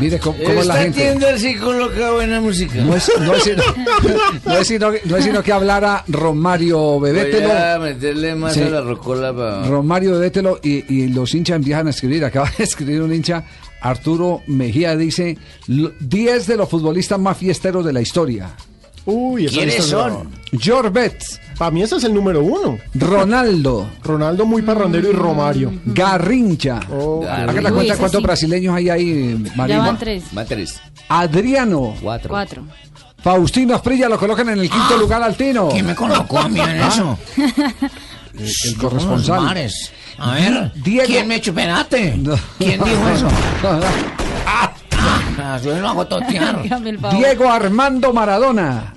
Mire cómo, cómo es la Esta gente. tienda sí coloca buena música. No es, no, es sino, no, es sino, no es sino que hablara Romario Voy Bebételo. a meterle más Sí. a la rocola para... Romario Bebételo y, y los hinchas empiezan a escribir. Acaba de escribir un hincha, Arturo Mejía, dice: "Lo- 10 de los futbolistas más fiesteros de la historia. Uy, esa ¿Quiénes lista es son? brava. Jorbet, Para mí ese es el número uno. Ronaldo, Ronaldo muy parrandero Mm. y Romario. Garrincha. Haga la Uy, cuenta Oh. ese cuántos sí. brasileños hay ahí, Ya Marina. van tres, Ah, Va tres, Adriano, cuatro. cuatro. Ah. Faustino Asprilla lo colocan en el Ah. quinto lugar al Tino. ¿Quién me colocó a mí en eso? Ah. El Unos corresponsal. mares. A ver, Diego- ¿quién me echó penate? No. ¿Quién dijo eso? Ah, yo lo hago totear. Hágame el favor. Diego Armando Maradona.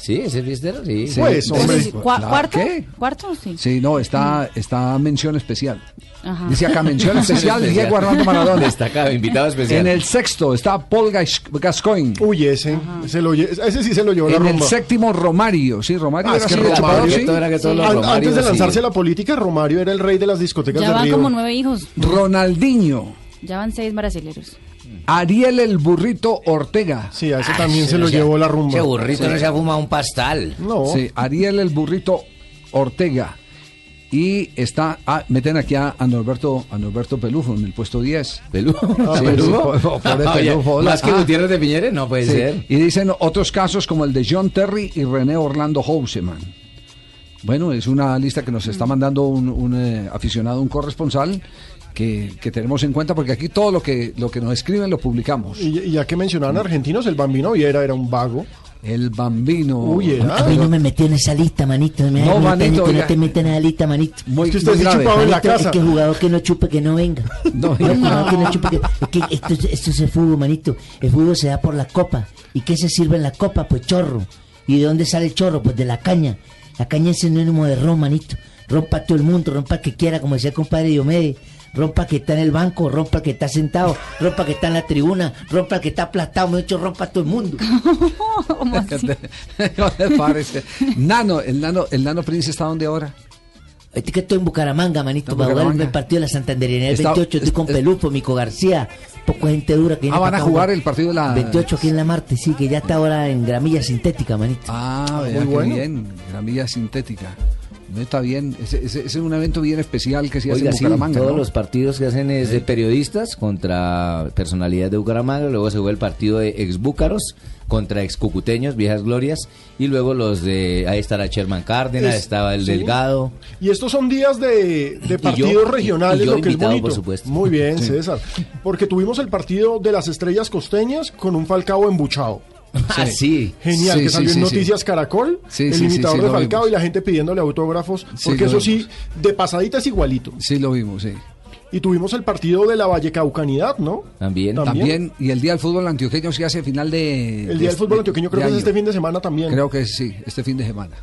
Sí, ese fiestero, sí. Sí. Pues, hombre. Entonces, ¿cua- Claro, ¿Cuarto? ¿qué? ¿Cuarto? Sí. Sí, no, está, está mención especial. Ajá. Dice acá mención especial Diego Armando Maradona. Destacado, invitado especial. En el sexto está Paul Gas- Gascoigne. Uy, ese. Se lo, lle- ese sí se Uh, lo llevó la En el rumba. séptimo Romario, sí, Romario Ah, era es que así de Romario chupador, sí. todo era que todos los An- Romarios antes de así. lanzarse a la política, Romario era el rey de las discotecas Ya de van Río. como nueve hijos. Ronaldinho, Ya van seis brasileros. Ariel el burrito Ortega. Mm. Sí, a ese también se lo llevó la rumba. Ese burrito no se ha fumado un pastal. No. Sí, Ariel el burrito Ortega. Y está, ah, meten aquí a, a Norberto, a Norberto Pelufo en el puesto 10. ¿Pelú? sí, po- po- pobre Pelufo, hola. ¿Ah, ¿Más que Ah. Gutiérrez de Piñeres? No puede Sí, ser. Y dicen otros casos como el de John Terry y René Orlando Houseman. Bueno, es una lista que nos está mandando un, un, eh, aficionado, un corresponsal, que, que tenemos en cuenta porque aquí todo lo que, lo que nos escriben lo publicamos. Y, y ya que mencionaban argentinos, el bambino Viera era un vago. El bambino. Uy, eh, ah. era. A mí no me metió en esa lista, manito. No, me No, hagas meter, manito, manito, oiga. no te metas en la lista, manito. Muy, Es que usted muy sí grave. chupaba en la Manito, casa. Es que jugador que no chupa, que no venga. No, jugador que no chupa, que, es que esto, es- esto es el fútbol, manito. El fútbol se da por la copa. ¿Y qué se sirve en la copa? Pues chorro. ¿Y de dónde sale el chorro? Pues de la caña. La caña es sinónimo de ron, manito. Rompa todo el mundo, rompa que quiera, como decía el compadre Diomedes. Rompa que está en el banco, rompa que está sentado, rompa que está en la tribuna, rompa que está aplastado, me hecho rompa todo el mundo. ¿Cómo así? No me parece. Nano, el nano, el nano Prince está donde ahora. Ahorita que estoy en Bucaramanga, manito, En para jugar Bucaramanga. el partido de la Santanderiana. El Está- 28 estoy con es- Pelufo, Mico García, poco gente dura que viene Ah, van para a acá, jugar hombre. el partido de la. 28 aquí en la Marte, sí, que ya está ahora en gramilla sintética, manito. Ah, vea, qué bueno. bien. Gramilla sintética. No está bien. Ese, ese- ese es un evento bien especial que se hace Oiga, en sí, Bucaramanga. todos ¿no? los partidos que hacen es de periodistas contra personalidades de Bucaramanga, luego se juega el partido de ex búcaros contra ex cucuteños, viejas glorias, y luego los de, ahí estará Sherman Cárdenas, Es- estaba el sí. Delgado. Y estos son días de, de partidos yo- regionales, y yo lo que invitado, es bonito. por supuesto. Muy bien, César. Porque tuvimos el partido de las estrellas costeñas con un Falcao embuchado. Ah, sí. Genial, Sí, que sí, salió sí, en sí. Noticias Caracol, Sí, el sí, sí, imitador sí, de lo Falcao vimos. y la gente pidiéndole autógrafos, Sí, porque lo eso sí, de pasadita es igualito. Sí, lo vimos, sí. Y tuvimos el partido de la Vallecaucanidad, ¿no? También. También, Este, y el Día del Fútbol Antioqueño se hace final de. El Día del Fútbol Antioqueño creo que es este fin este de semana también. Creo que sí, este fin de semana.